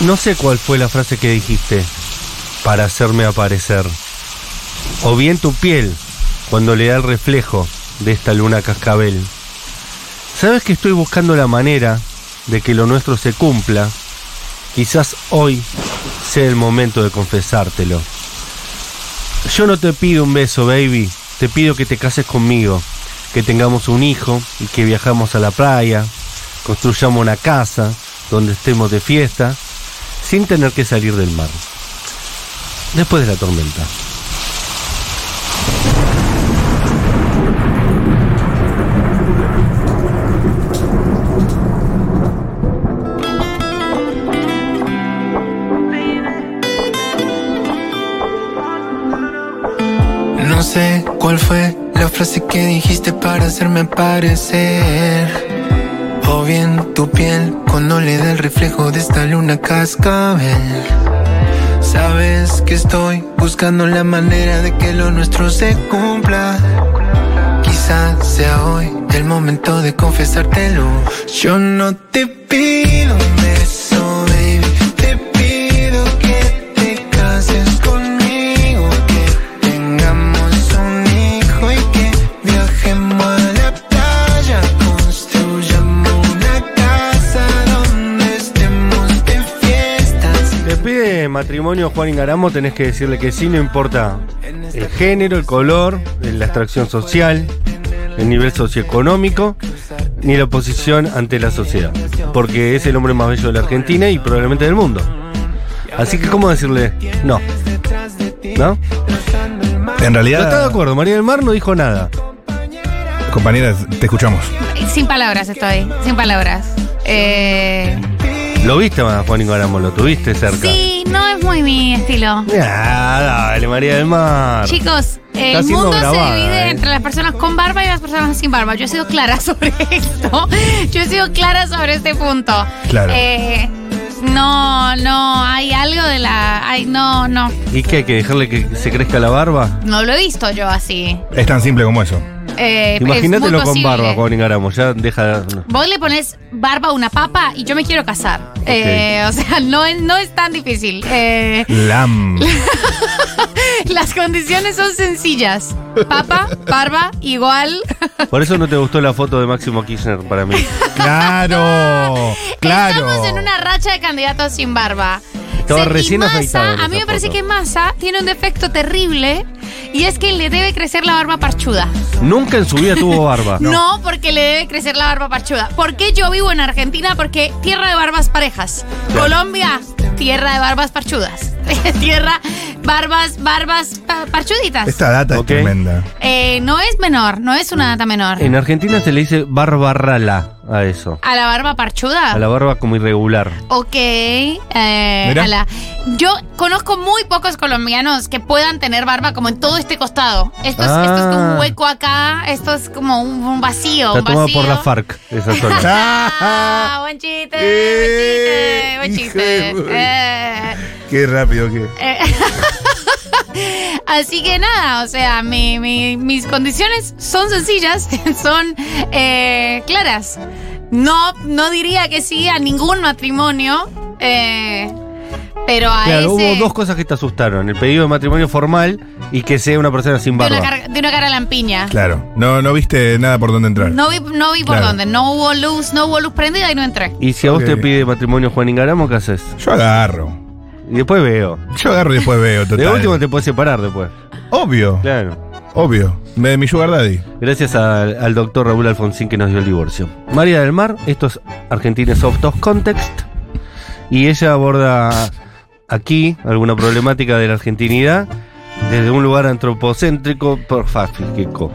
No sé cuál fue la frase que dijiste para hacerme aparecer. O bien tu piel cuando le da el reflejo de esta luna cascabel. Sabes que estoy buscando la manera de que lo nuestro se cumpla. Quizás hoy sea el momento de confesártelo. Yo no te pido un beso, baby. Te pido que te cases conmigo, que tengamos un hijo y que viajamos a la playa, construyamos una casa donde estemos de fiesta sin tener que salir del mar. Después de la tormenta. No sé cuál fue la frase que dijiste para hacerme parecer. O bien tu piel cuando le da el reflejo de esta luna cascabel. Sabes que estoy buscando la manera de que lo nuestro se cumpla. Quizás sea hoy el momento de confesártelo. Yo no te pido un beso, baby. Te pido que te cases conmigo, que tengamos un hijo y que viajemos a la playa. Construyamos una casa donde estemos de fiestas. Le pide matrimonio a Juan Ingaramo, tenés que decirle que sí, no importa el género, el color, la extracción social, el nivel socioeconómico, ni la oposición ante la sociedad. Porque es el hombre más bello de la Argentina y probablemente del mundo. Así que, ¿cómo decirle? No. ¿No? En No está de realidad, acuerdo, María del Mar no dijo nada. compañera, te escuchamos. Sin palabras estoy, sin palabras. Eh, Lo viste a Juan Ingaramo, lo tuviste cerca. sí, no es muy mi estilo. Ah, dale, María del Mar. Chicos, Está el siendo mundo grabada, se divide ¿eh? entre las personas con barba y las personas sin barba. Yo he sido clara sobre esto. Yo he sido clara sobre este punto. Claro. Eh, no, no, hay algo de la. Ay, no, no. ¿Y qué hay que dejarle que se crezca la barba? No lo he visto yo así. Es tan simple como eso. Eh, es muy Imagínatelo con posible. barba, Juan Ingaramo. Ya deja. Vos le pones barba a una papa y yo me quiero casar. Eh, o sea, no, es- no es tan difícil. Eh, Lam. las condiciones son sencillas. Papa, barba, igual. Por eso no te gustó la foto de Máximo Kirchner para mí. Claro. Claro. Estamos en una racha de candidatos sin barba. Estaba Se- y recién Massa, afeitado en A mí esa me parece foto. que Massa tiene un defecto terrible y es que le debe crecer la barba parchuda. Nunca en su vida tuvo barba. No. porque le debe crecer la barba parchuda. ¿Por qué yo vivo en Argentina? Porque tierra de barbas parejas. Claro. Colombia, tierra de barbas parchudas. tierra, barbas, barbas pa- parchuditas. Esta data Ok. es tremenda. Eh, no es menor, no es una data menor. En Argentina se le dice barbarrala a eso. ¿A la barba parchuda? A la barba como irregular. Ok. eh, Mira. ala. Yo conozco muy pocos colombianos que puedan tener barba como en todo este costado. Esto es, esto es como Ah. un hueco acá, esto es como un, un vacío. Está un tomada vacío. por la FARC, esa zona. Ah, buen chiste, Eh, buen hijo chiste, de buen chiste. madre. Eh, Qué rápido que. eh. Así que nada, o sea, mi- mi- mis condiciones son sencillas, son eh, claras. No, no diría que sí a ningún matrimonio, eh, pero a Claro, ese hubo dos cosas que te asustaron. El pedido de matrimonio formal y que sea una persona sin de, una barba. cara, de una cara lampiña. Claro. No, no viste nada por dónde entrar. No vi, no vi por Claro. dónde, no hubo luz, no hubo luz prendida y no entré. Y si a vos Ok. te pide matrimonio Juan Ingaramo, ¿qué haces? Yo agarro. Y después veo. Yo agarro y después veo, total. De último te puedes separar después. Obvio. Claro. Obvio. De mi sugar daddy. Gracias al, al doctor Raúl Alfonsín que nos dio el divorcio. María del Mar, esto es Argentina Soft of Context. Y ella aborda aquí alguna problemática de la argentinidad desde un lugar antropocéntrico profágico.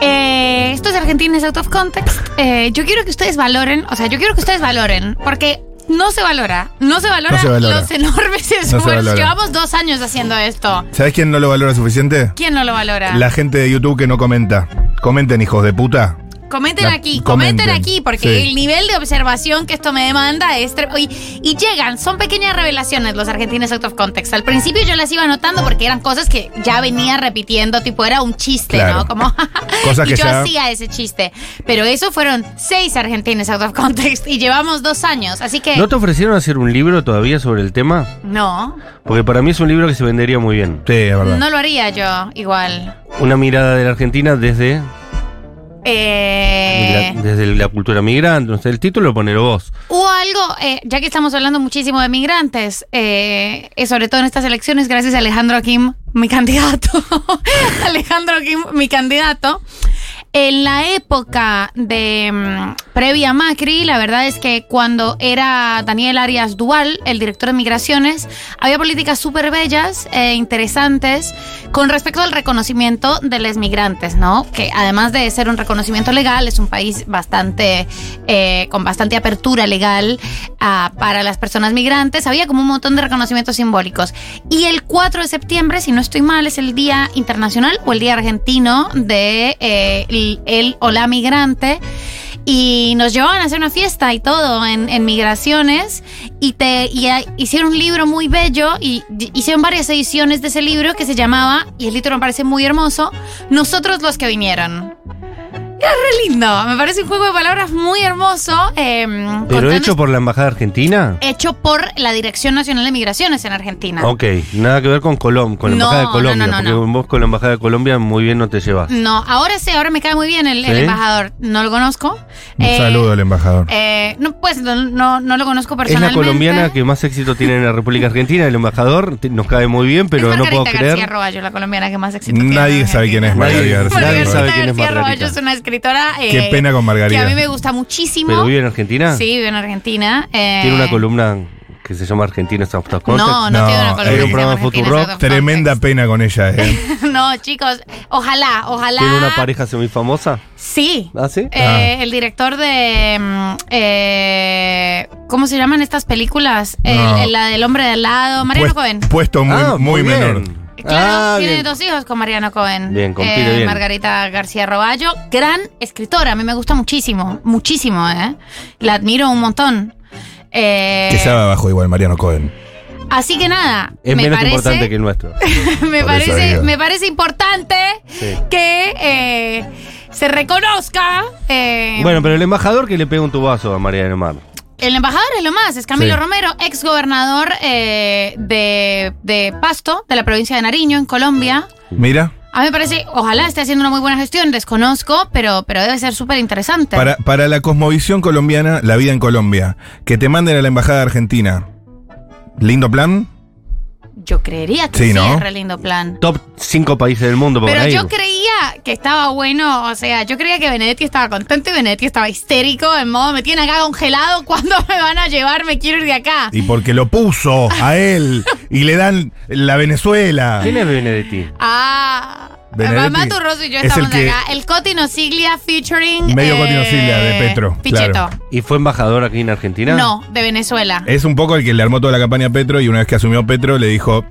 Eh, esto es Argentina, es out of context. Eh, yo quiero que ustedes valoren, o sea, yo quiero que ustedes valoren, porque no se valora, no se valora, No se valora. los enormes esfuerzos. valora. Llevamos dos años haciendo esto. ¿Sabes quién no lo valora suficiente? ¿Quién no lo valora? La gente de YouTube que no comenta. Comenten, hijos de puta. Comenten La- aquí, comenten, comenten, aquí, porque sí. el nivel de observación que esto me demanda es... tre- Y, y llegan, son pequeñas revelaciones los argentinos out of context. Al principio yo las iba anotando porque eran cosas que ya venía repitiendo, tipo era un chiste, Claro. ¿no? Como, Cosas y que yo ya- hacía ese chiste. Pero eso fueron seis argentinos out of context y llevamos dos años, así que... ¿No te ofrecieron hacer un libro todavía sobre el tema? no, Porque para mí es un libro que se vendería muy bien. Sí, es verdad. no lo haría yo igual. Una mirada de la Argentina desde Eh... la, desde la cultura migrante. No sé, el título lo ponelo vos. Hubo algo, eh, ya que estamos hablando muchísimo de migrantes, eh, eh, sobre todo en estas elecciones, gracias a Alejandro Kim, mi candidato. Alejandro Kim, mi candidato. En la época de mm, previa Macri, la verdad es que cuando era Daniel Arias Dual, el director de migraciones, había políticas súper bellas e interesantes con respecto al reconocimiento de los migrantes, ¿no? Que además de ser un reconocimiento legal, es un país bastante, eh, con bastante apertura legal ah, para las personas migrantes. Había como un montón de reconocimientos simbólicos. Y el 4 de septiembre, si no estoy mal, es el Día Internacional o el Día Argentino de eh, el, el o la migrante. Y nos llevaban a hacer una fiesta y todo en, en migraciones. Y, te, y a- hicieron un libro muy bello. Y y- hicieron varias ediciones de ese libro que se llamaba, y el título me parece muy hermoso, Nosotros los que vinieron. Era re lindo. Me parece un juego de palabras muy hermoso. eh, ¿Pero contando hecho por la Embajada Argentina? hecho por la Dirección Nacional de Migraciones en Argentina. Ok, nada que ver con Colom, con la No, Embajada de no, Colombia, no, no, porque no. Mm, vos con la Embajada de Colombia muy bien no te llevas. No, ahora sí, ahora me cae muy bien el, el ¿Sí? embajador. No lo conozco. Un Eh, saludo al embajador. eh, no, pues no, no, no lo conozco Es personalmente. la colombiana que más éxito tiene en la República Argentina, el embajador te- nos cae muy bien, pero es no puedo Margarita García creer. Roballo, la colombiana que más éxito tiene. Nadie en sabe quién es Argentina. Margarita Margarita. Nadie García. sabe Margarita quién es García Roballo Margarita. es una escritora eh, Qué pena con que Margarita. a mí me gusta muchísimo. ¿Pero vive en Argentina? Sí, vive en Argentina. eh, Tiene una columna que se llama Argentina Soft Context. No, no, No, tiene una columna. tiene que un se programa llama de Argentina Futurock, Out of Tremenda pena con ella, eh. Context. No, chicos, ojalá, ojalá. Tiene una pareja semifamosa. Sí. ¿Ah, sí? Eh, El director de. mm, eh, ¿Cómo se llaman estas películas? El- No. el- la del hombre de al lado, Mariano Cohen. Pues- Puesto muy, Ah, muy bien. menor. Claro, Ah, tiene bien. dos hijos con Mariano Cohen. Eh, Bien, con Pire, bien. Margarita García Roballo, gran escritora, a mí me gusta muchísimo, muchísimo, ¿eh? La admiro un montón. Eh, Que estaba abajo igual, Mariano Cohen. así que nada, Es me menos parece, Eh. importante que el nuestro. me, Por eso parece digo. me parece importante Sí. que eh, se reconozca. eh, Bueno, pero el embajador que le pega un tubazo a María del Mar. El embajador es lo más, es Camilo Sí. Romero, ex gobernador eh, de, de Pasto, de la provincia de Nariño, en Colombia. Mira, A mí me parece, ojalá esté haciendo una muy buena gestión, desconozco, pero, pero debe ser súper interesante. para, para la cosmovisión colombiana, la vida en Colombia, que te manden a la embajada argentina. ¿Lindo plan? Yo creería que sí, Sí, ¿no? es re lindo plan. Top 5 países del mundo por Pero ahí. yo creía que estaba bueno, o sea, yo creía que Benedetti estaba contento y Benedetti estaba histérico, en modo, me tienen acá congelado, ¿cuándo me van a llevar? Me quiero ir de acá. Y porque lo puso a él y le dan la Venezuela. ¿Quién es Benedetti? Ah, Benedetti Mamá Turroso y yo es estamos el que- acá. El Cotino Siglia featuring. eh, Medio Cotino Siglia de Petro, Pichetto. claro. ¿Y fue embajador aquí en Argentina? No, de Venezuela. Es un poco el que le armó toda la campaña a Petro y una vez que asumió Petro le dijo,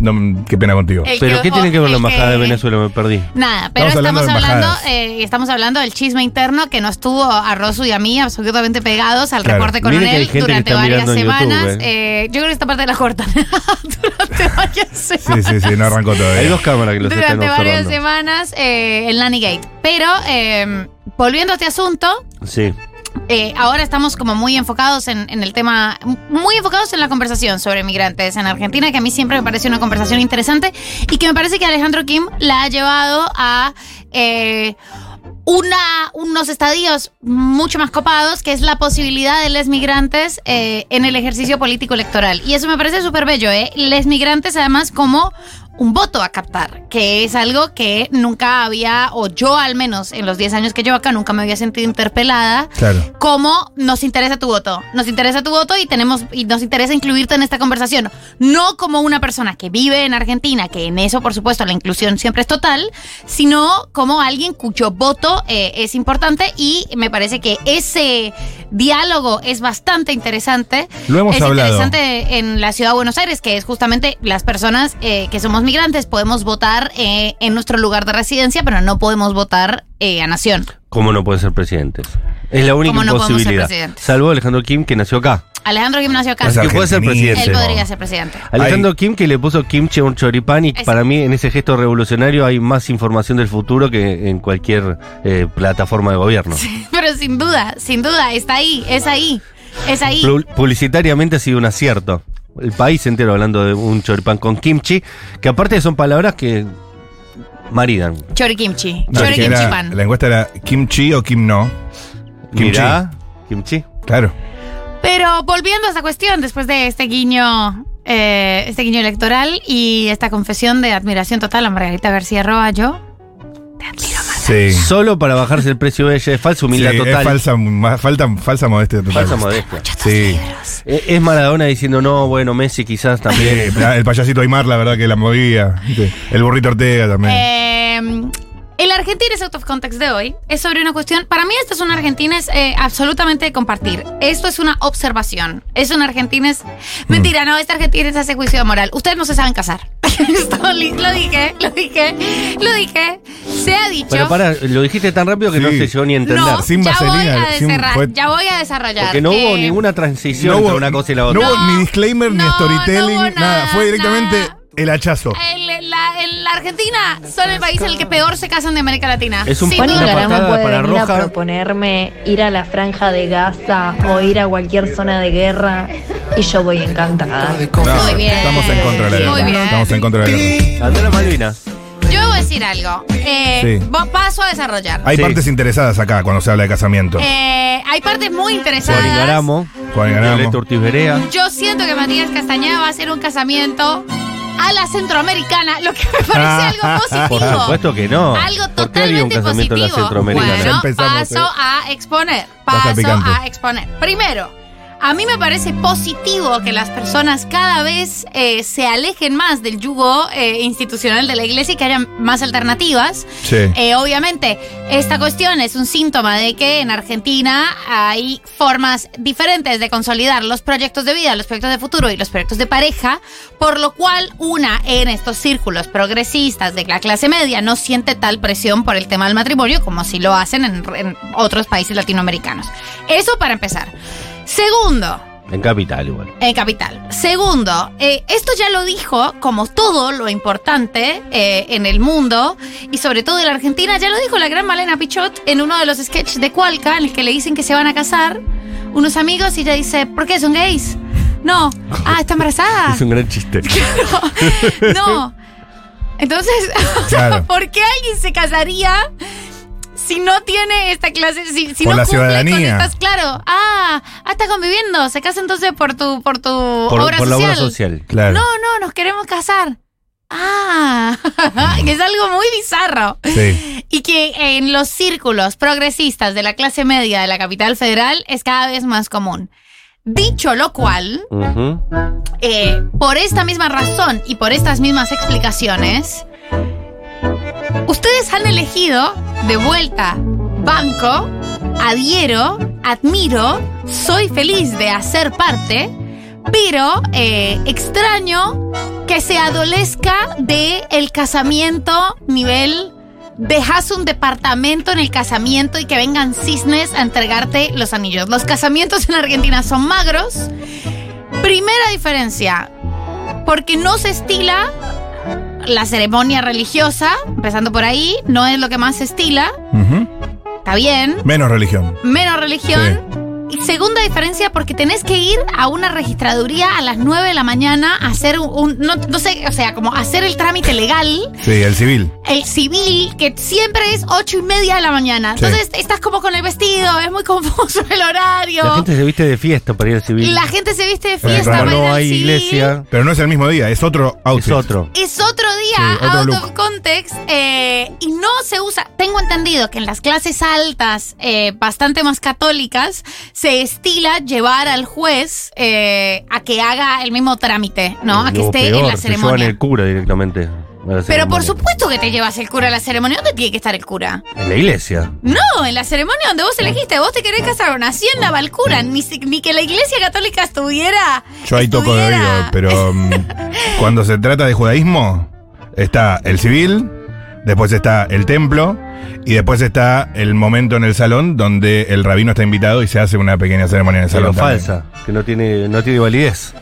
no, qué pena contigo. El ¿Pero qué tiene que ver la el embajada de Venezuela? Me perdí. Nada, pero Estamos hablando estamos de hablando, embajadas. eh, estamos hablando del chisme interno que nos tuvo a Rosu y a mí absolutamente pegados al Claro. reporte Miren que hay coronel gente que durante está varias mirando en YouTube, semanas. ¿eh? Eh, yo creo que esta parte la cortan. durante varias semanas. Sí, sí, sí, no arrancó Hay todavía. dos cámaras que los están Durante varias observando. semanas eh, el Nanny Gate. Pero eh, volviendo a este asunto, Sí. Eh, ahora estamos como muy enfocados en, en el tema, muy enfocados en la conversación sobre migrantes en Argentina, que a mí siempre me parece una conversación interesante y que me parece que Alejandro Kim la ha llevado a eh, una, unos estadios mucho más copados, que es la posibilidad de los migrantes eh, en el ejercicio político electoral. Y eso me parece súper bello, ¿eh? Les migrantes además como un voto a captar, que es algo que nunca había, o yo al menos en los 10 años que llevo acá, nunca me había sentido interpelada Claro. cómo nos interesa tu voto. Nos interesa tu voto y tenemos y nos interesa incluirte en esta conversación. No como una persona que vive en Argentina, que en eso, por supuesto, la inclusión siempre es total, sino como alguien cuyo voto eh, es importante y me parece que ese diálogo es bastante interesante. Lo hemos es hablado. interesante en la ciudad de Buenos Aires, que es justamente las personas eh, que somos migrantes podemos votar eh, en nuestro lugar de residencia, pero no podemos votar eh, a nación. ¿Cómo no pueden ser presidentes? Es la única ¿Cómo no podemos ser imposibilidad. presidentes? Salvo Alejandro Kim, que nació acá. Alejandro Gimnasio acá. Es Que puede ser argentino. presidente. Él podría ser presidente. Alejandro Kim, que le puso kimchi a un choripán, y Es- para mí en ese gesto revolucionario hay más información del futuro que en cualquier eh, plataforma de gobierno. Pero sin duda, sin duda, está ahí, es ahí, es ahí. Pu- Publicitariamente ha sido un acierto. El país entero hablando de un choripán con kimchi, que aparte son palabras que maridan. Chori kimchi, No, chori que kimchi era- pan. La encuesta era Kim Chi o Kim No. Kimchi. Mirá, kimchi. Claro. Pero volviendo a esa cuestión, después de este guiño, eh, este guiño electoral y esta confesión de admiración total a Margarita García Roa, yo te admiro. Sí. Solo para bajarse el precio de ella es falsa humildad Sí, total. Es falsa, ma- falta, falsa modestia total. Falsa modestia. Sí. Eh, Es Maradona diciendo, no, bueno, Messi quizás también. Eh, la- el payasito Aymar, la verdad que la movía. Sí. El burrito Ortega también. Eh, el Argentines Out of Context de hoy es sobre una cuestión. Para mí, esta es una Argentines eh, absolutamente de compartir. Esto es una observación. Es una Argentines. Mm. Mentira, no, esta Argentines hace juicio moral. Ustedes no se saben casar. Esto li- lo dije, lo dije, lo dije. Se ha dicho. Pero para, lo dijiste tan rápido que no Sí. se llegó ni a entender. no, Sin ya, vaselina, voy a sin- desarrar- fue- ya voy a desarrollar. Porque no hubo Eh, ninguna transición entre una cosa y la otra. no hubo ni disclaimer, ni no, storytelling, no hubo nada, Fue directamente nada. Eh, el hachazo. el- la, el- la Argentina son el país en el que peor se casan de América Latina. Es un Sin pan y duda una alguna. patada Garamo puede para venir Roja. a proponerme ir a la franja de Gaza o ir a cualquier zona de guerra y yo voy encantada. de No, confianza. Muy bien. Estamos en contra de la Muy guerra. bien. Estamos en contra de la guerra. Andrés Malvinas. Yo voy a decir algo. Eh, Sí. va- Paso a desarrollar. Hay Sí. partes interesadas acá cuando se habla de casamiento. Eh, hay partes muy Juan interesadas. Ingaramo. Juan Ingaramo. Violeta Ortiz Berea. Yo siento que Matías Castañeda va a hacer un casamiento a la centroamericana, lo que me parece algo Ah. Por positivo. supuesto que no. Algo ¿Por qué haría un totalmente casamiento en la positivo. centroamericana? Bueno, Ya empezamos, paso eh. a exponer. está Paso picante. a exponer. Primero, a mí me parece positivo que las personas cada vez eh, se alejen más del yugo eh, institucional de la iglesia y que haya más alternativas. Sí. Eh, obviamente, esta cuestión es un síntoma de que en Argentina hay formas diferentes de consolidar los proyectos de vida, los proyectos de futuro y los proyectos de pareja, por lo cual una en estos círculos progresistas de la clase media no siente tal presión por el tema del matrimonio como si lo hacen en, en otros países latinoamericanos. Eso para empezar. Segundo, En Capital igual. eh, capital. Segundo, eh, esto ya lo dijo, como todo lo importante eh, en el mundo y sobre todo en la Argentina, ya lo dijo la gran Malena Pichot en uno de los sketches de Cualca, en el que le dicen que se van a casar unos amigos y ella dice, ¿por qué son gays? No, ah, está embarazada. Es un gran chiste. No. Entonces, o sea, Claro. ¿por qué alguien se casaría si no tiene esta clase, si, si Por no la cumple con ciudadanía. estas, claro? Ah, ah, está conviviendo, se casa entonces por tu, por tu Por, obra por la social. obra social. Claro. No, no, nos queremos casar. Ah, que es algo muy bizarro. Sí. Y que en los círculos progresistas de la clase media de la capital federal es cada vez más común. Dicho lo cual, Ujú. eh, por esta misma razón y por estas mismas explicaciones, ustedes han elegido de vuelta banco, adhiero, admiro, soy feliz de hacer parte, pero eh, extraño que se adolezca de el casamiento nivel dejas un departamento en el casamiento y que vengan cisnes a entregarte los anillos. Los casamientos en Argentina son magros, Primera diferencia, porque no se estila la ceremonia religiosa, empezando por ahí, no es lo que más se estila, Ujú. está bien, Menos religión. menos religión. Y segunda diferencia, porque tenés que ir a una registraduría a las 9 de la mañana a hacer un, un- no, no sé, o sea, como hacer el trámite legal, Sí, el civil. el civil, que siempre es ocho y media de la mañana. Sí. Entonces estás como con el vestido, es muy confuso el horario. La gente se viste de fiesta para ir al civil. La gente se viste de Pero fiesta, Cuando para ir no al hay civil. iglesia, Pero no es el mismo día, es otro outfit. es otro. Es otro día, Sí, otro out look. of context, eh, y no se usa. Tengo entendido que en las clases altas, eh, bastante más católicas, se estila llevar al juez eh, a que haga el mismo trámite, ¿no? A que O esté peor, en la se llevan ceremonia. el cura directamente. a la Pero por ceremonia. supuesto que te llevas el cura a la ceremonia. ¿Dónde tiene que estar el cura? En la iglesia. No, en la ceremonia donde vos elegiste, vos te querés casar, nací en la cura. Ni, si- ni que la iglesia católica estuviera. Yo ahí toco de um, estuviera- oído, pero mm, cuando se trata de judaísmo, Está el civil, después está el templo y después está el momento en el salón donde el rabino está invitado y se hace una pequeña ceremonia en el Pero salón. también. falsa, que no tiene, no tiene validez.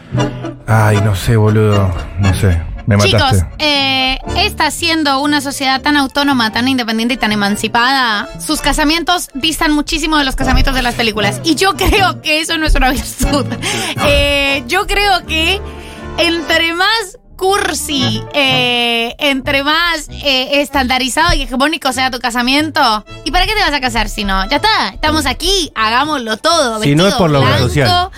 Ay, no sé, boludo. No sé. Me mataste. Chicos, eh, esta siendo una sociedad tan autónoma, tan independiente y tan emancipada, sus casamientos distan muchísimo de los casamientos de las películas. Y yo creo que eso no es una virtud. Eh, yo creo que entre más cursi, eh, entre más eh, estandarizado y hegemónico sea tu casamiento, ¿y para qué te vas a casar si no? Ya está, estamos aquí, hagámoslo todo. Si no es vestido por la obra blanco. social.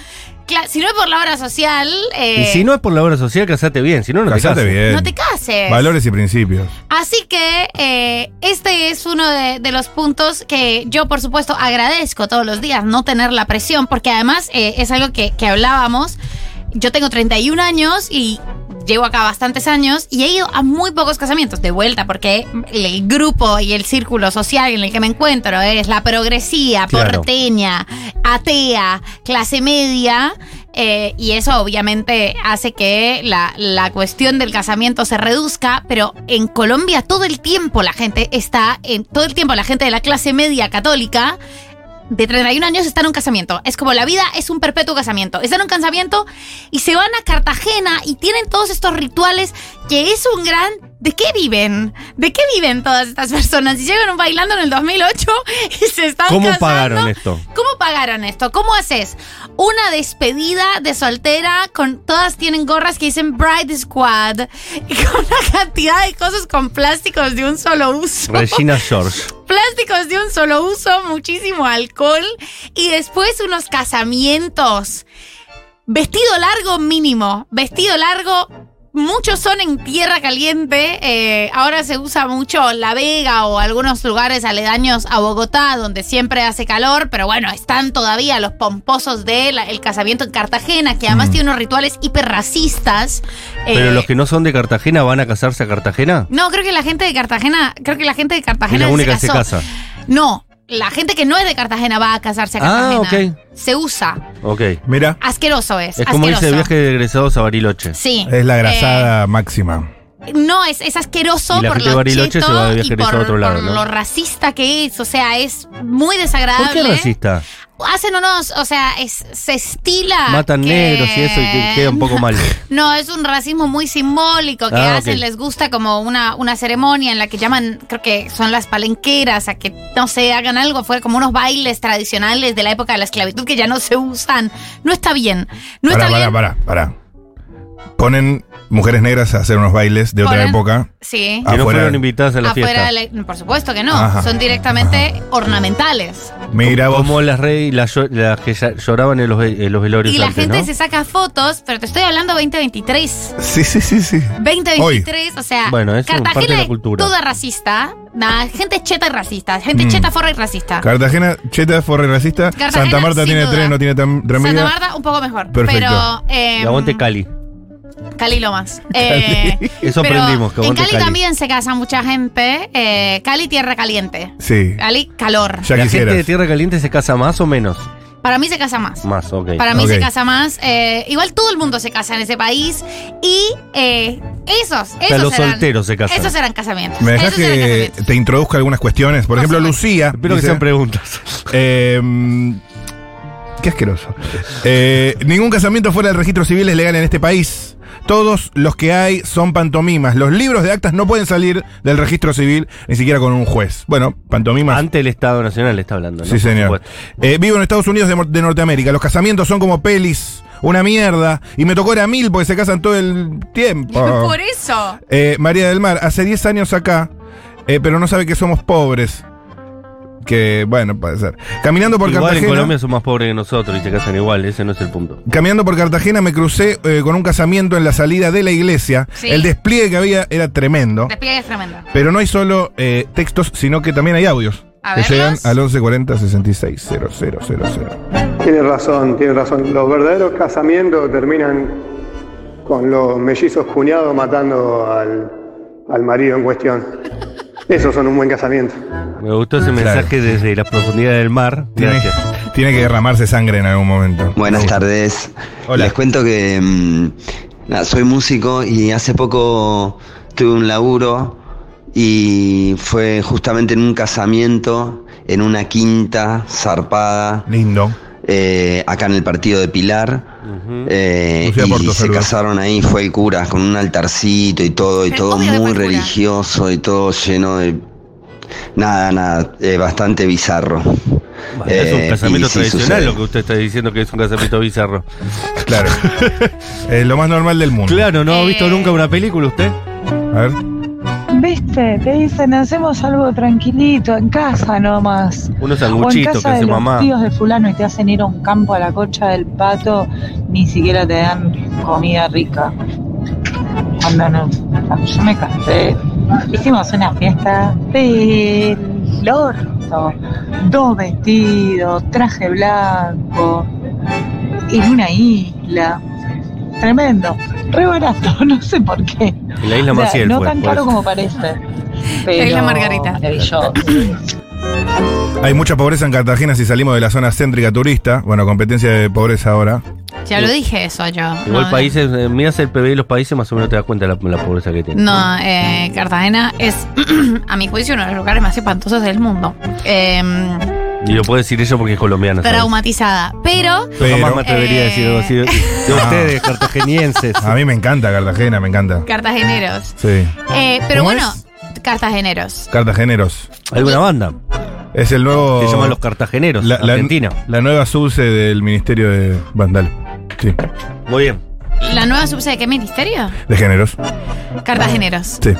Cla- si no es por la obra social, Y eh, si no es por la obra social, casate bien. Si no, eh, no te Casate casas. bien. no te cases. Valores y principios. Así que eh, este es uno de, de los puntos que yo, por supuesto, agradezco todos los días, no tener la presión, porque además eh, es algo que, que hablábamos. Yo tengo 31 años y llevo acá bastantes años y he ido a muy pocos casamientos de vuelta, porque el grupo y el círculo social en el que me encuentro es la progresía, Claro. porteña, atea, clase media. Eh, y eso obviamente hace que la, la cuestión del casamiento se reduzca, pero en Colombia todo el tiempo la gente está, en, todo el tiempo la gente de la clase media católica de 31 años está en un casamiento. Es como la vida es un perpetuo casamiento. Están en un casamiento y se van a Cartagena y tienen todos estos rituales que es un gran... ¿De qué viven? ¿De qué viven todas estas personas? Y llegaron bailando en el 2008 y se están ¿Cómo casando. pagaron esto? ¿Cómo pagaron esto? ¿Cómo haces una despedida de soltera con todas tienen gorras que dicen Bride Squad y con una cantidad de cosas con plásticos de un solo uso? Regina George. plásticos de un solo uso, muchísimo alcohol y después unos casamientos. Vestido largo mínimo, vestido largo. Muchos son en tierra caliente, eh, ahora se usa mucho La Vega o algunos lugares aledaños a Bogotá donde siempre hace calor, pero bueno, están todavía los pomposos del el casamiento en Cartagena, que además tiene unos rituales hiperracistas. Mm. Pero eh, los que no son de Cartagena van a casarse a Cartagena. no, creo que la gente de Cartagena, creo que la gente Y de Cartagena la se única que se casó. casa. No, la gente que no es de Cartagena va a casarse a Ah, Cartagena. Se usa. Ok. Mira, Asqueroso es. Es como irse asqueroso. de viaje de egresados a Bariloche. Sí. es la grasada máxima. Eh, no, es, es asqueroso Y la por gente de lo Bariloche cheto se va de viaje y por, a otro lado, por ¿no? lo racista que es. O sea, es muy desagradable. ¿Por qué racista? Hacen unos, o sea, es- se estila. Matan que- negros y eso y te queda un poco mal. No, es un racismo muy simbólico que Ah, ok. hacen, les gusta como una, una ceremonia en la que llaman, creo que son las palenqueras, a que no sé, hagan algo afuera, como unos bailes tradicionales de la época de la esclavitud que ya no se usan. No está bien. No pará, está pará, bien. pará, pará. Ponen mujeres negras a hacer unos bailes de otra Ponen- época. Sí. Que no Afuera. fueron invitadas a la Afuera, fiesta. de la- por supuesto que no, Ajá. son directamente ornamentales. Mira vos. Como las rey, las, llo- las que ya- lloraban en los, ve- en los velorios Y la antes, gente ¿no? se saca fotos, pero te estoy hablando 2023. Sí, sí, sí, sí. 2023, o sea, Bueno, eso es Cartagena parte de la es cultura. toda racista, nah, gente cheta y racista, gente Mm. cheta forra y racista. Cartagena, Cheta, Forre Racista. Cartagena, Santa Marta sin tiene duda. tren, no tiene tam- Santa tranvía. Marta un poco mejor. Perfecto. Pero. eh, Y aguante Cali. Cali lo más. Eh, Eso pero aprendimos, que En aguante Cali, Cali. también se casa mucha gente. eh, Cali, tierra caliente. Sí. Cali, calor. Ya ¿La quisieras. gente de Tierra Caliente se casa más o menos? Para mí se casa más. Más, ok. Para mí Ok. se casa más. eh, igual todo el mundo se casa en ese país. Y eh, esos, Hasta esos los eran, solteros se casan. Esos eran casamientos. ¿Me dejas Esos eran que casamientos. te introduzca algunas cuestiones? Por Por ejemplo, supuesto. Lucía. Espero que dice, sean preguntas. eh, mm, Qué asqueroso. Eh, ningún casamiento fuera del registro civil es legal en este país. Todos los que hay son pantomimas. Los libros de actas no pueden salir del registro civil ni siquiera con un juez. Bueno, pantomimas. Ante el Estado Nacional está hablando, ¿no? Sí, Por señor. supuesto. Eh, vivo en Estados Unidos de, Mor- de Norteamérica. Los casamientos son como pelis, una mierda. Y me tocó era mil porque se casan todo el tiempo. Por eso. Eh, María del Mar, hace 10 años acá, eh, pero no sabe que somos pobres. Que, bueno, puede ser. Caminando por Igual en Cartagena. Colombia son más pobres que nosotros y se casan igual, ese no es el punto. Caminando por Cartagena me crucé eh, con un casamiento en la salida de la iglesia. Sí. El despliegue que había era tremendo. Despliegue es tremendo. Pero no hay solo eh, textos, sino que también hay audios. A que llegan verlos. al 1140 66 000. Tiene razón, tiene razón. Los verdaderos casamientos terminan con los mellizos cuñados matando al, al marido en cuestión. Esos son un buen casamiento. Me gustó ese Claro. mensaje desde las profundidades del mar. Tiene, Gracias. tiene que derramarse sangre en algún momento. Buenas tardes. Hola. Les cuento que mm, nada, soy músico y hace poco tuve un laburo y fue justamente en un casamiento, en una quinta zarpada, Lindo. eh, acá en el partido de Pilar. eh, Lucía Porto, y se saludos. casaron ahí, fue el cura, con un altarcito y todo, y Eh, todo obvio que fue muy el cura. religioso y todo lleno de... Nada, nada, eh, bastante bizarro. es un Eh, casamiento y sí tradicional sucede. lo que usted está diciendo que es un casamiento bizarro. Claro. Eh, lo más normal del mundo. Claro, ¿no ha Eh. visto nunca una película usted? A ver. Viste, te dicen, hacemos algo tranquilito, en casa nomás. Unos O en sanguchitos que casa de hace los mamá. tíos de fulano y te hacen ir a un campo a la cocha del pato, ni siquiera te dan comida rica. Cuando no, cuando yo me casé, hicimos una fiesta del orto, dos vestidos, traje blanco, en una isla. Tremendo, re barato, no sé por qué. En la isla O sea, Maciel no fue, tan por caro eso. como parece. La isla pero Margarita. Maravilloso. Hay mucha pobreza en Cartagena si salimos de la zona céntrica turista. Bueno, competencia de pobreza ahora. Ya lo dije eso yo. Igual No, países, eh, miras el PBI de los países, más o menos te das cuenta de la, la pobreza que tiene. No, eh, Cartagena es, a mi juicio, uno de los lugares más espantosos del mundo. Em, Mm. Y lo puedo decir eso porque es colombiana. ¿sabes? traumatizada. Pero Yo jamás Pero- me atrevería a decir algo así de, de Ah. ustedes, cartagenienses. A mí me encanta Cartagena, me encanta. cartageneros. Sí. Eh, pero ¿Cómo bueno, cartageneros. Cartageneros. Hay una banda Es el nuevo. que se llama Los Cartageneros, la, la- Argentina. la nueva SUSE del Ministerio de Vandal. Sí. Muy bien. ¿La nueva subsede de qué ministerio? De géneros. Cartageneros. Sí.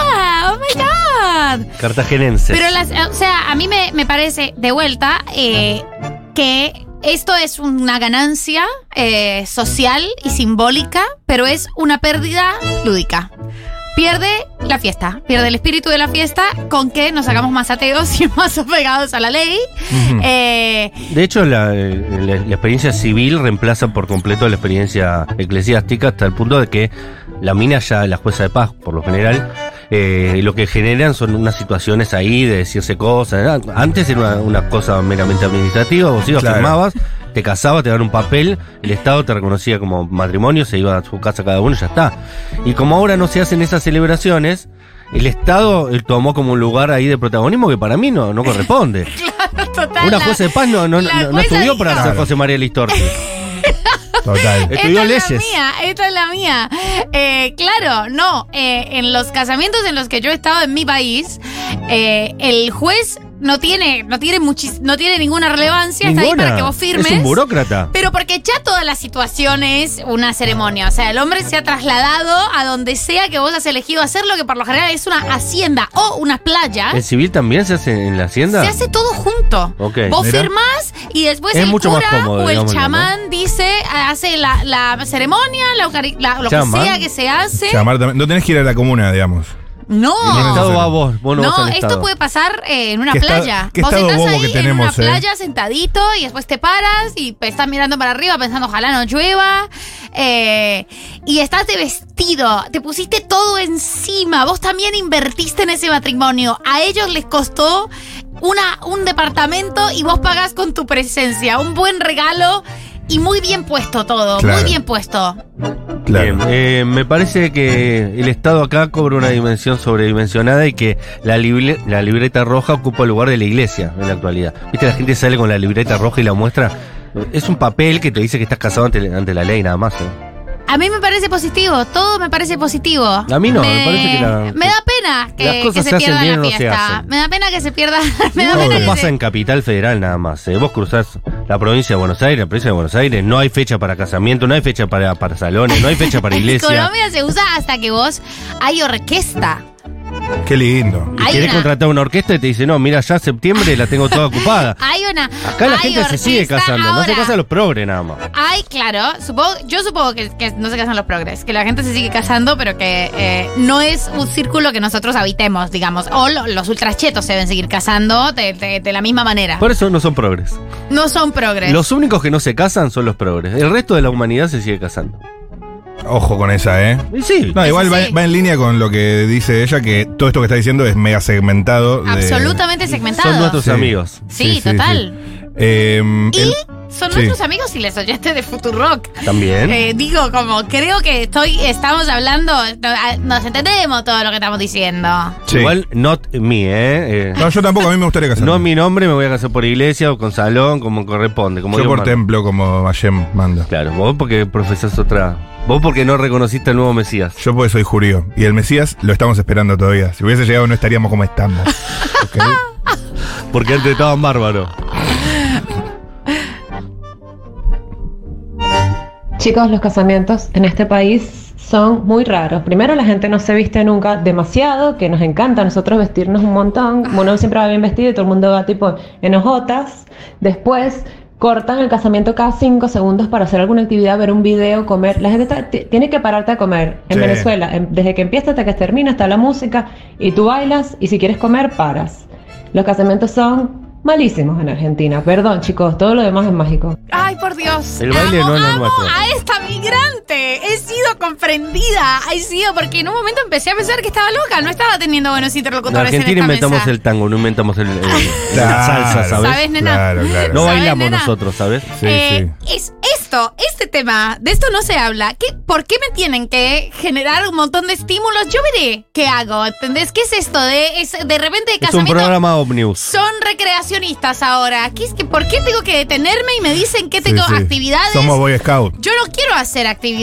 ¡Ah! ¡Oh my God! Cartagenenses. Pero las, eh, o sea, a mí me, me parece, de vuelta, eh, que esto es una ganancia eh, social y simbólica, pero es una pérdida lúdica. Pierde la fiesta, pierde el espíritu de la fiesta con que nos hagamos más ateos y más apegados a la ley. Mm. Eh, De hecho, la, eh, la- la experiencia civil reemplaza por completo la experiencia eclesiástica hasta el punto de que la mina ya, la jueza de paz, por lo general, eh, lo que generan son unas situaciones ahí de decirse cosas. ¿verdad? Antes era una, una cosa meramente administrativa, vos ibas, Claro. firmabas, te casabas, te daban un papel, el Estado te reconocía como matrimonio, se iba a su casa cada uno y ya está. Y como ahora no se hacen esas celebraciones, el Estado eh, tomó como un lugar ahí de protagonismo que para mí no, no corresponde. total, Una la- jueza de paz no, no, la no- no jueza estudió dijo- para ser Claro. José María Listorti. Eh. Total. Esta Estudió es leyes. la mía, esta es la mía. Eh, claro, no. eh, en los casamientos en los que yo he estado en mi país, eh, el juez no tiene, no tiene muchis- no tiene ninguna relevancia, está ahí Ninguna. para que vos firmes. Es un burócrata. Pero porque ya toda la situación es una ceremonia. O sea, el hombre se ha trasladado a donde sea que vos has elegido hacerlo, que por lo general es una hacienda o unas playas. ¿El civil también se hace en la hacienda? ¿Ah? Se hace todo junto. Ok, Vos mira. firmás y después Eh, Es el mucho más cura cómodo, o el digámoslo, chamán dice, hace la, la ceremonia, la, eucari- la- lo Chamán. que sea que se hace. Llamar también- No tenés que ir a la comuna, digamos. No. El Estado No. va a vos, vos no, vas No, al Estado. esto puede pasar eh, en una Qué esta- playa. qué Vos estado estás bobo ahí que en una tenemos, eh. playa sentadito y después te paras y pe- estás mirando para arriba pensando ojalá no llueva. eh, y estás de vestido, te pusiste todo encima. Vos también invertiste en ese matrimonio. A ellos les costó una, un departamento y vos pagás con tu presencia. Un buen regalo y muy bien puesto todo. Claro. Muy bien puesto. Claro. Bien, eh, me parece que el Estado acá cobra una dimensión sobredimensionada y que la, libre- la libreta roja ocupa el lugar de la iglesia en la actualidad. Viste, la gente sale con la libreta roja y la muestra. Es un papel que te dice que estás casado ante, ante la ley, nada más. ¿eh? A mí me parece positivo, todo me parece positivo. A mí no, me parece que la- me da pena que, las que cosas se, se hacen pierda bien la o no se fiesta. hacen. me da pena que se pierda. Me da No, pena esto que pasa se- en Capital Federal nada más. eh. Vos cruzás la provincia de Buenos Aires, la provincia de Buenos Aires, no hay fecha para casamiento, no hay fecha para, para salones, no hay fecha para iglesia. Colombia se usa hasta que vos hay orquesta. Qué lindo. Y Hay querés una- contratar una orquesta y te dice, no, mira, ya septiembre la tengo toda ocupada. Hay una. Acá la hay gente se sigue orquesta casando, no se ahora. casan los progres nada más. Ay, claro. Supongo, yo supongo que, que no se casan los progres, que la gente se sigue casando, pero que eh, no es un círculo que nosotros habitemos, digamos. O lo- los ultrachetos se deben seguir casando de, de- de la misma manera. Por eso no son progres. No son progres. Los únicos que no se casan son los progres. El resto de la humanidad se sigue casando. Ojo con esa, ¿eh? Y sí. No, igual va, sí. va en línea con lo que dice ella, que todo esto que está diciendo es mega segmentado. de- Absolutamente segmentado. Son nuestros Sí. amigos. Sí, total. sí. Eh, el- son Sí. nuestros amigos y les oyentes de Futurock. También. Eh, digo, como creo que estoy, estamos hablando, no, ah, nos entendemos todo lo que estamos diciendo. Sí. Igual, not me, ¿eh? Eh, No, yo tampoco, a mí me gustaría casarme. no mi nombre, me voy a casar por iglesia o con salón, como corresponde. Como yo Dios por manda. templo, como Mayem manda. Claro, vos porque profesás otra. Vos porque no reconociste al nuevo Mesías. Yo porque soy judío. Y el Mesías lo estamos esperando todavía. Si hubiese llegado no estaríamos como estamos. ¿Ok? Porque antes estaban bárbaros. Chicos, los casamientos en este país son muy raros. Primero, la gente no se viste nunca demasiado, que nos encanta a nosotros vestirnos un montón. Uno siempre va bien vestido y todo el mundo va tipo en hojotas. Después, cortan el casamiento cada cinco segundos para hacer alguna actividad, ver un video, comer. La gente está- ti- tiene que pararte a comer. En Sí. Venezuela, en- desde que empieza hasta que termina, está la música y tú bailas y si quieres comer, paras. Los casamientos son malísimos en Argentina. Perdón, chicos, todo lo demás es mágico. Ay, por Dios. El baile amo, no es lo amo nuestro. a esta migrante. He sido comprendida. He sido porque en un momento empecé a pensar que estaba loca. No estaba teniendo buenos En interlocutores en, Argentina esta inventamos mesa. el tango, no inventamos el, el- la Claro. salsa, ¿sabes? ¿Sabes, nena? Claro, claro. No ¿Sabes, bailamos nena? nosotros, ¿sabes? Sí, Eh, sí. Es esto, este tema, de esto no se habla. ¿Qué, ¿Por qué me tienen que generar un montón de estímulos? Yo veré qué hago, ¿entendés? ¿Qué es esto de, es- de repente de Es un casamiento? programa Omnius. Son recreacionistas ahora. ¿Qué es que, ¿Por qué tengo que detenerme y me dicen que Sí, tengo sí. actividades? Somos Boy Scout. Yo no quiero hacer actividades.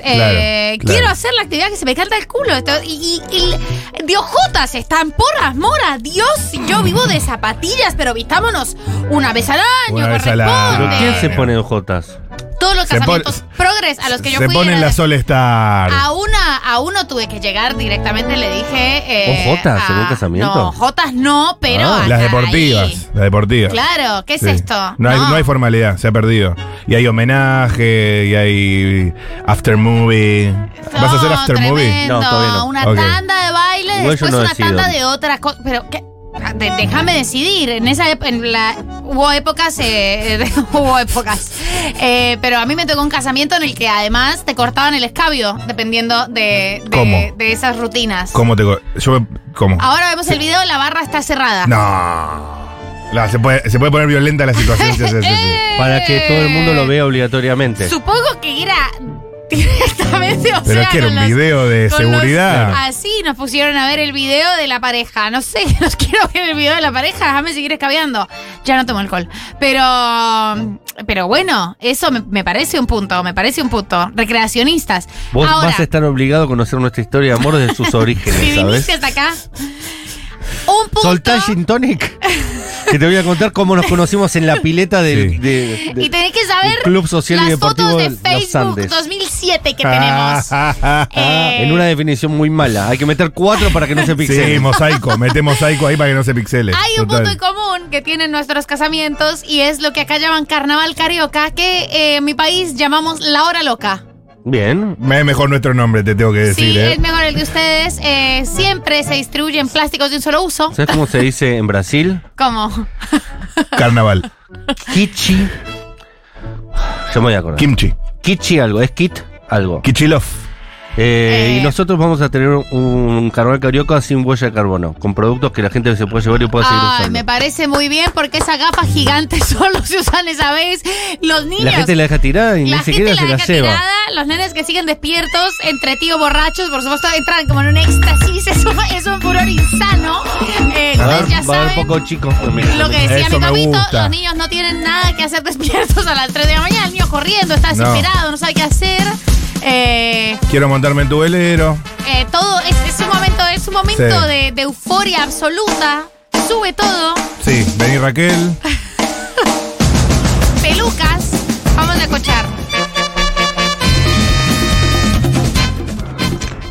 Claro, Eh, claro. Quiero hacer la actividad que se me canta el culo. Esto- y, y- y- de ojotas están porras, moras. Dios, si yo vivo de zapatillas, pero vistámonos una vez al año. Una vez al año. ¿Pero corresponde. quién se pone ojotas? Todos los Se casamientos pone- progres a los que yo Se fui. ponen era la de- solestar. a una, a uno tuve que llegar directamente, le dije. Eh, ¿Ojotas a- en un casamiento? No, Jotas no, pero. Ah, hasta Las deportivas. ahí. Las deportivas. Claro, ¿qué es Sí. esto? No hay, no hay formalidad, se ha perdido. Y hay homenaje, y hay after movie. No, ¿Vas a hacer after movie? tremendo. No, todavía no. Una Ok. tanda de baile, Igual yo después no una decido. tanda de otras cosas. Pero, ¿qué? De- Déjame decidir. En esa ep- en la, hubo épocas, eh, hubo épocas. Eh, pero a mí me tocó un casamiento en el que además te cortaban el escabio, dependiendo de, de- ¿Cómo? de esas rutinas. ¿Cómo te.? co- Yo me- ¿Cómo? Ahora vemos el video, la barra está cerrada. No. No, se puede, se puede poner violenta la situación. Sí, sí, sí, Eh, sí. Para que todo el mundo lo vea obligatoriamente. Supongo que era directamente, o Pero sea, es que era con un los- video de con los- seguridad. así nos pusieron a ver el video de la pareja. No sé, no quiero ver el video de la pareja, déjame seguir escabeando. Ya no tomo alcohol. Pero pero bueno, eso me, me parece un punto, me parece un punto. Recreacionistas. Vos Ahora, vas a estar obligado a conocer nuestra historia de amor desde sus si orígenes, ¿sabes? viniste hasta acá. Un punto. Soltá Gin Tonic. Que te voy a contar cómo nos conocimos en la pileta del, Sí. de- de- y tenés que saber el Club Social y las Deportivo fotos de de los Facebook Andes. Ah, 2007 que tenemos. Eh, en una definición muy mala. Hay que meter cuatro para que no se Sí, pixelen. mosaico. Mete mosaico ahí para que no se pixele. Hay un Total. punto en común que tienen nuestros casamientos y es lo que acá llaman carnaval carioca, que eh, en mi país llamamos la hora loca. Bien. Me es mejor nuestro nombre, te tengo que decir, sí, ¿eh? es mejor el de ustedes. eh, siempre se distribuyen plásticos de un solo uso. ¿Sabes cómo se dice en Brasil? Como Carnaval. Kichi. Yo me voy a acordar. Kimchi. Kichi algo. Es kit algo. Kichilov. Eh, Eh. Y nosotros vamos a tener un carnaval carioca sin huella de carbono, con productos que la gente se puede llevar y pueda seguir Ay, usando. me parece muy bien porque esas gafas gigantes solo se usan esa vez. Los niños. la gente la deja tirada y la ni gente siquiera la se la deja lleva. tirada, los nenes que siguen despiertos, entre tíos borrachos, por supuesto, entran como en un éxtasis, es un, es un furor insano. Eh, A ustedes ver, ya va a haber saben poco chico. Lo que decía Eso mi me papito, gusta. los niños no tienen nada que hacer despiertos a las 3 de la mañana, el niño corriendo, está No. desesperado, no, sabe qué hacer. Eh, Quiero montarme en tu velero. eh, todo es, es un momento, es un momento Sí. de, de euforia absoluta. Sube todo, Sí, vení Raquel. pelucas, vamos a escuchar.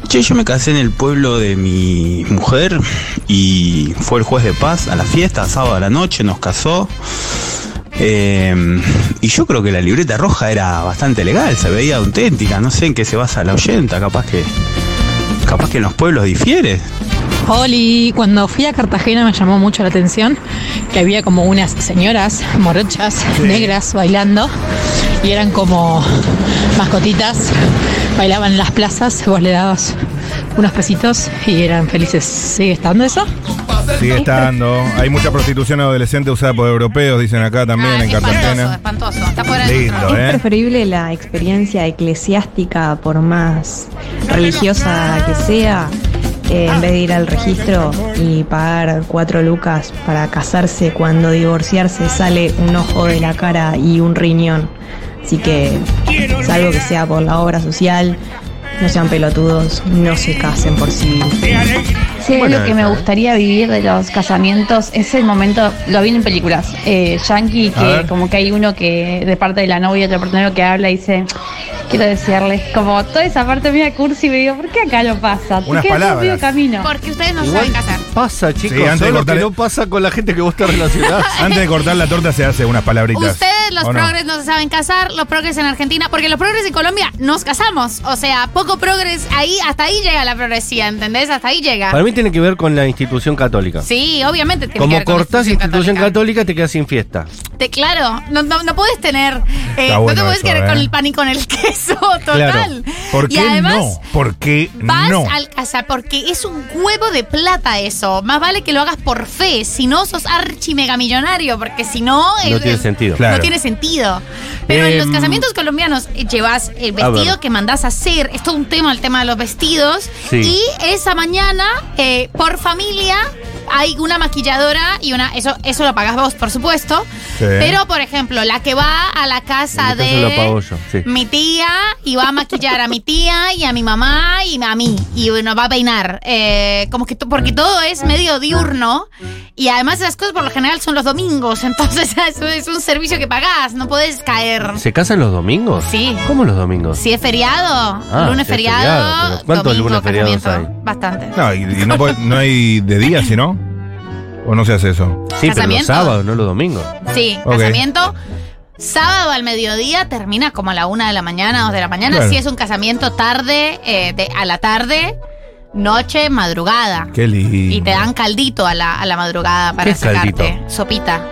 Che, yo me casé en el pueblo de mi mujer y fue el juez de paz a la fiesta, sábado a la noche, nos casó. Eh, y yo creo que la libreta roja era bastante legal, se veía auténtica, no sé en qué se basa la oyenta, capaz que. Capaz que en los pueblos difiere. Oli, cuando fui a Cartagena me llamó mucho la atención que había como unas señoras morochas negras bailando y eran como mascotitas, bailaban en las plazas, vos le dabas unos pesitos y eran felices. ¿Sigue estando eso? Sigue estando. Hay mucha prostitución adolescente usada por europeos, dicen acá también Ah, en es espantoso, Cartagena. espantoso. Está fuera de Lindo, control. ¿eh? Es preferible la experiencia eclesiástica, por más religiosa que sea, eh, en vez de ir al registro y pagar cuatro lucas para casarse cuando divorciarse sale un ojo de la cara y un riñón. Así que, salvo que sea por la obra social, no sean pelotudos, no se casen por civil. Sí, Bueno, lo que me está. gustaría vivir de los casamientos es el momento, lo vi en películas, eh, Yankee, A que ver. como que hay uno que de parte de la novia, otro parte del novio que habla y dice, quiero desearles, como toda esa parte mía cursi, me digo, ¿por qué acá no pasa? ¿Por Unas qué no palabras. camino? Porque ustedes no Igual- saben casar. Pasa, chicos. Sí, antes de solo cortar que el- no pasa con la gente que vos te relacionás. Antes de cortar la torta se hace unas palabritas. Ustedes, los ¿O no? progres, no se saben casar, los progres en Argentina, porque los progres en Colombia nos casamos. O sea, poco progres, ahí, hasta ahí llega la progresía, ¿entendés? Hasta ahí llega. Para mí tiene que ver con la institución católica. Sí, obviamente. tiene que Como ver con cortás institución católica. te quedas sin fiesta. Te, claro, no, no, no puedes tener. eh, Está no te bueno puedes eso, quedar eh. con el pan y con el queso, total. Claro. ¿Por y qué además, no? ¿Por qué Vas no? al casa porque es un huevo de plata eso. Más vale que lo hagas por fe. Si no, sos archi megamillonario, porque si no. No el- tiene el- sentido. No Claro. tiene sentido. Pero en los Em, casamientos colombianos eh, llevas el a vestido ver. que mandás a hacer. Es todo un tema el tema de los vestidos. Sí. Y esa mañana, eh, por familia. Hay una maquilladora y una. Eso, eso lo pagás vos, por supuesto. Sí. Pero, por ejemplo, la que va a la casa de. Entonces lo pago yo. Sí. Mi tía iba a maquillar a mi tía y a mi mamá y a mí. Y nos va a peinar. Eh, como que to- porque todo es medio diurno. Y además esas cosas por lo general son los domingos. Entonces eso es un servicio que pagás. No podés caer. ¿Se casan los domingos? Sí. ¿Cómo los domingos? Si es feriado, Ah, lunes si es feriado. feriado, pero ¿cuántos domingo, lunes feriados casamiento. Bastante. No, y, y no, puede- no hay de día, si no. ¿O no se hace eso? Sí, pero los ¿Casamiento? sábados, no los domingos. Sí, Ok. casamiento. Sábado al mediodía termina como a la una de la mañana, dos de la mañana. Claro. Si es un casamiento tarde, eh, de- a la tarde, noche, madrugada. Qué lindo. Y te dan caldito a la, a la madrugada para ¿Qué es sacarte. caldito? Sopita.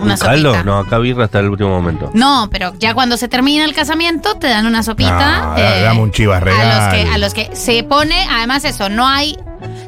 Una ¿Un caldo? sopita. No, acá birra hasta el último momento. No, pero ya cuando se termina el casamiento, te dan una sopita. Ah, da- eh, dame un chivas A los, regal. que, a los que se pone, además eso, no hay.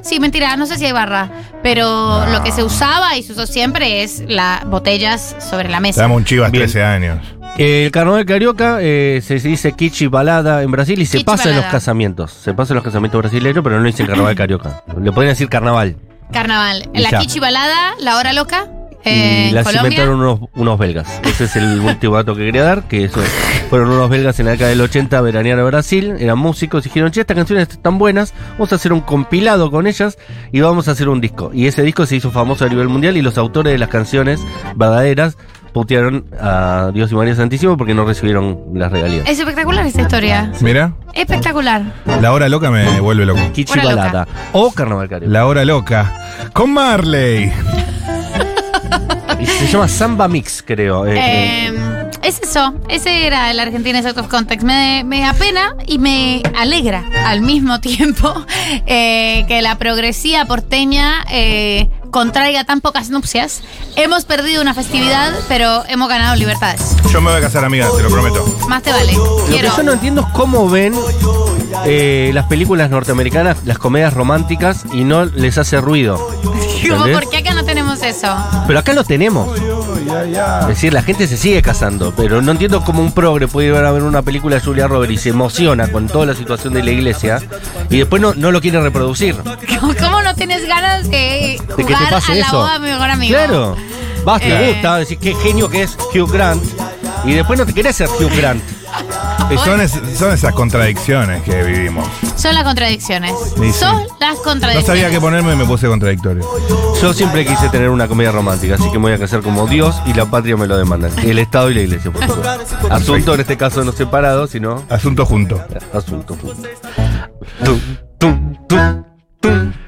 Sí, mentira, no sé si hay barra, pero lo que se usaba y se usó siempre es las botellas sobre la mesa. Dame un chivas Bien. 13 años. El carnaval carioca eh, se dice kichi balada en Brasil y se Quichi pasa en los balada. casamientos. Se pasa en los casamientos brasileños, pero no le dicen carnaval carioca. Le podrían decir carnaval. Carnaval. Y La ya. Kichi Balada, La Hora Loca, eh, y en las Colombia. inventaron unos, unos belgas. Ese es el último dato que quería dar, que eso, fueron unos belgas en la década del 80 a veranear a Brasil, eran músicos y dijeron, che, estas canciones están buenas, vamos a hacer un compilado con ellas y vamos a hacer un disco. Y ese disco se hizo famoso a nivel mundial y los autores de las canciones verdaderas putearon a Dios y María Santísimo porque no recibieron las regalías. Es espectacular esta historia. Mira, Espectacular. la hora loca me vuelve loco. Kichi Hora balada. O carnaval carioca. La hora loca. Con Marley. Y se llama Samba Mix, creo. eh, eh. Eh, es eso. Ese era el Argentina Out of Context. Me, me apena y me alegra al mismo tiempo eh, que la progresía porteña eh, contraiga tan pocas nupcias. Hemos perdido una festividad, pero hemos ganado libertades. Yo me voy a casar, amiga, te lo prometo. Más te vale. Lo que Quiero. yo no entiendo es cómo ven eh, las películas norteamericanas, las comedias románticas, y no les hace ruido. Como, ¿entendés? ¿Por qué acá no tenemos eso? Pero acá lo tenemos. Es decir, la gente se sigue casando, pero no entiendo cómo un progre puede ir a ver una película de Julia Roberts y se emociona con toda la situación de la iglesia y después no, no lo quiere reproducir. ¿Cómo, cómo no tienes ganas de jugar De que te pase a la eso. boda de mi mejor amigo? Claro. Vas, te Eh. gusta, decís qué genio que es Hugh Grant y después no te querés ser Hugh Grant. Y son, es- son esas contradicciones que vivimos. Son las contradicciones. Sí, sí. Son las No contradicciones. sabía qué ponerme y me puse contradictorio. Yo siempre quise tener una comedia romántica, así que me voy a casar como Dios y la patria me lo demandan. El Estado y la Iglesia, por supuesto. Asunto en este caso no separado, sino. Asunto junto. Asunto junto. Tum, tum, tum, tum,